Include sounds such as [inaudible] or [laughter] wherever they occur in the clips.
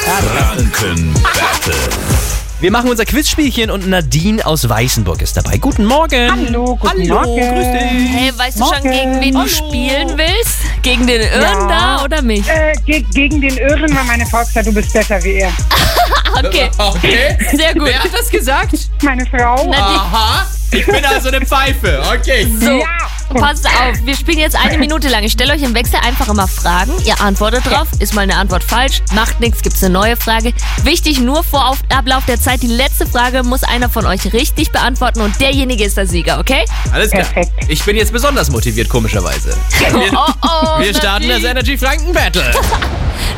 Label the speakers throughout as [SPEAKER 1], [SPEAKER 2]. [SPEAKER 1] Franken.
[SPEAKER 2] Wir machen unser Quizspielchen und Nadine aus Weißenburg ist dabei. Guten Morgen.
[SPEAKER 3] Hallo, guten
[SPEAKER 2] Hallo,
[SPEAKER 3] Morgen.
[SPEAKER 2] grüß dich.
[SPEAKER 4] Hey, weißt du schon, gegen wen du spielen willst? Gegen den Irren
[SPEAKER 3] Ja.
[SPEAKER 4] da oder mich?
[SPEAKER 3] Äh, ge gegen den Irren, weil meine Frau gesagt, du bist besser wie er.
[SPEAKER 4] [laughs] Okay,
[SPEAKER 1] [laughs] Okay.
[SPEAKER 4] sehr gut.
[SPEAKER 1] Wer hat das gesagt?
[SPEAKER 3] Meine Frau.
[SPEAKER 1] Aha. Ich bin also eine Pfeife. Okay.
[SPEAKER 4] So,
[SPEAKER 3] Ja.
[SPEAKER 4] passt auf. Wir spielen jetzt eine Minute lang. Ich stelle euch im Wechsel einfach immer Fragen. Ihr antwortet drauf. Ist mal eine Antwort falsch, macht nichts, gibt's eine neue Frage. Wichtig, nur vor Auf- Ablauf der Zeit. Die letzte Frage muss einer von euch richtig beantworten und derjenige ist der Sieger, okay?
[SPEAKER 2] Alles klar.
[SPEAKER 3] Perfekt.
[SPEAKER 2] Ich bin jetzt besonders motiviert, komischerweise.
[SPEAKER 4] [laughs] Oh, oh,
[SPEAKER 2] Wir starten das
[SPEAKER 4] Nadine.
[SPEAKER 2] Energy Franken Battle.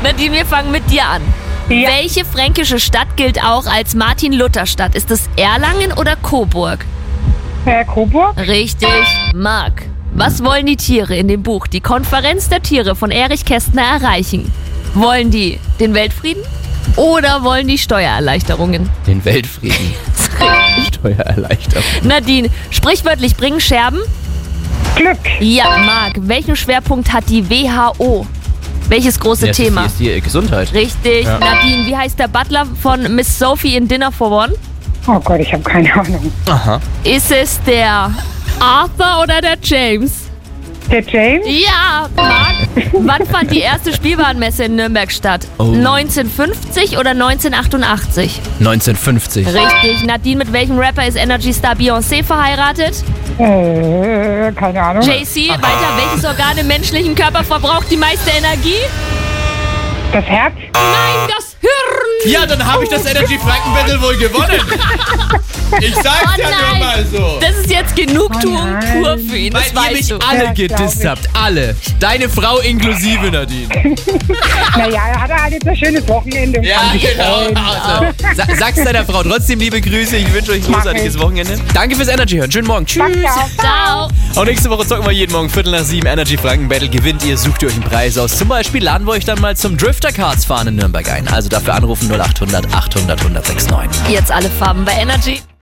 [SPEAKER 4] Nadine, wir fangen mit dir an.
[SPEAKER 3] Ja.
[SPEAKER 4] Welche fränkische Stadt gilt auch als Martin-Luther-Stadt? Ist es Erlangen oder Coburg?
[SPEAKER 3] Herr Coburg,
[SPEAKER 4] Richtig, Marc. Was wollen die Tiere in dem Buch Die Konferenz der Tiere von Erich Kästner erreichen? Wollen die den Weltfrieden oder wollen die Steuererleichterungen?
[SPEAKER 2] Den Weltfrieden. Steuererleichterung.
[SPEAKER 4] Nadine, sprichwörtlich bringen Scherben?
[SPEAKER 3] Glück.
[SPEAKER 4] Ja, Marc. Welchen Schwerpunkt hat die WHO? Welches große Thema?
[SPEAKER 2] Ist die Gesundheit.
[SPEAKER 4] Richtig, Nadine. Wie heißt der Butler von Miss Sophie in Dinner for One?
[SPEAKER 3] Oh Gott, ich habe keine Ahnung.
[SPEAKER 2] Aha.
[SPEAKER 4] Ist es der Arthur oder der James?
[SPEAKER 3] Der James?
[SPEAKER 4] Ja, Marc. Wann fand die erste Spielwarenmesse in Nürnberg statt?
[SPEAKER 2] Oh.
[SPEAKER 4] 1950 oder 1988?
[SPEAKER 2] 1950.
[SPEAKER 4] Richtig. Nadine, mit welchem Rapper ist Energy Star Beyoncé verheiratet?
[SPEAKER 3] Äh, keine Ahnung.
[SPEAKER 4] JC, weiter, welches Organ im menschlichen Körper verbraucht die meiste Energie?
[SPEAKER 3] Das Herz?
[SPEAKER 4] Nein, das Hirn!
[SPEAKER 1] Ja, dann habe ich
[SPEAKER 4] Oh.
[SPEAKER 1] das Energy Franken Battle wohl gewonnen. Ich sag's
[SPEAKER 4] Oh
[SPEAKER 1] ja nur
[SPEAKER 4] nein.
[SPEAKER 1] mal so.
[SPEAKER 4] Das ist jetzt Genugtuung
[SPEAKER 3] nein.
[SPEAKER 4] pur für ihn, das
[SPEAKER 2] Weil ihr mich
[SPEAKER 4] weißt du.
[SPEAKER 2] alle
[SPEAKER 3] Ja,
[SPEAKER 2] gedisst
[SPEAKER 3] glaub
[SPEAKER 2] habt. Alle. Deine Frau inklusive, Nadine.
[SPEAKER 3] Naja, er hatte halt jetzt ein schönes Wochenende. und
[SPEAKER 4] Ah,
[SPEAKER 3] kann sich
[SPEAKER 1] genau.
[SPEAKER 3] freuen.
[SPEAKER 2] Also, sa sag's deiner Frau trotzdem liebe Grüße. Ich wünsche euch ein
[SPEAKER 3] Genau. Mach
[SPEAKER 2] großartiges
[SPEAKER 3] ich.
[SPEAKER 2] Wochenende. Danke fürs Energy hören. Schönen Morgen. Tschüss.
[SPEAKER 3] Danke auch.
[SPEAKER 4] Ciao.
[SPEAKER 2] Auch nächste Woche zocken wir jeden Morgen Viertel nach sieben Energy Franken Battle. Gewinnt ihr, sucht ihr euch einen Preis aus. Zum Beispiel laden wir euch dann mal zum Drifter Cards fahren in Nürnberg ein. Also dafür anrufen 0800 800 1069.
[SPEAKER 4] Jetzt alle Farben bei Energy.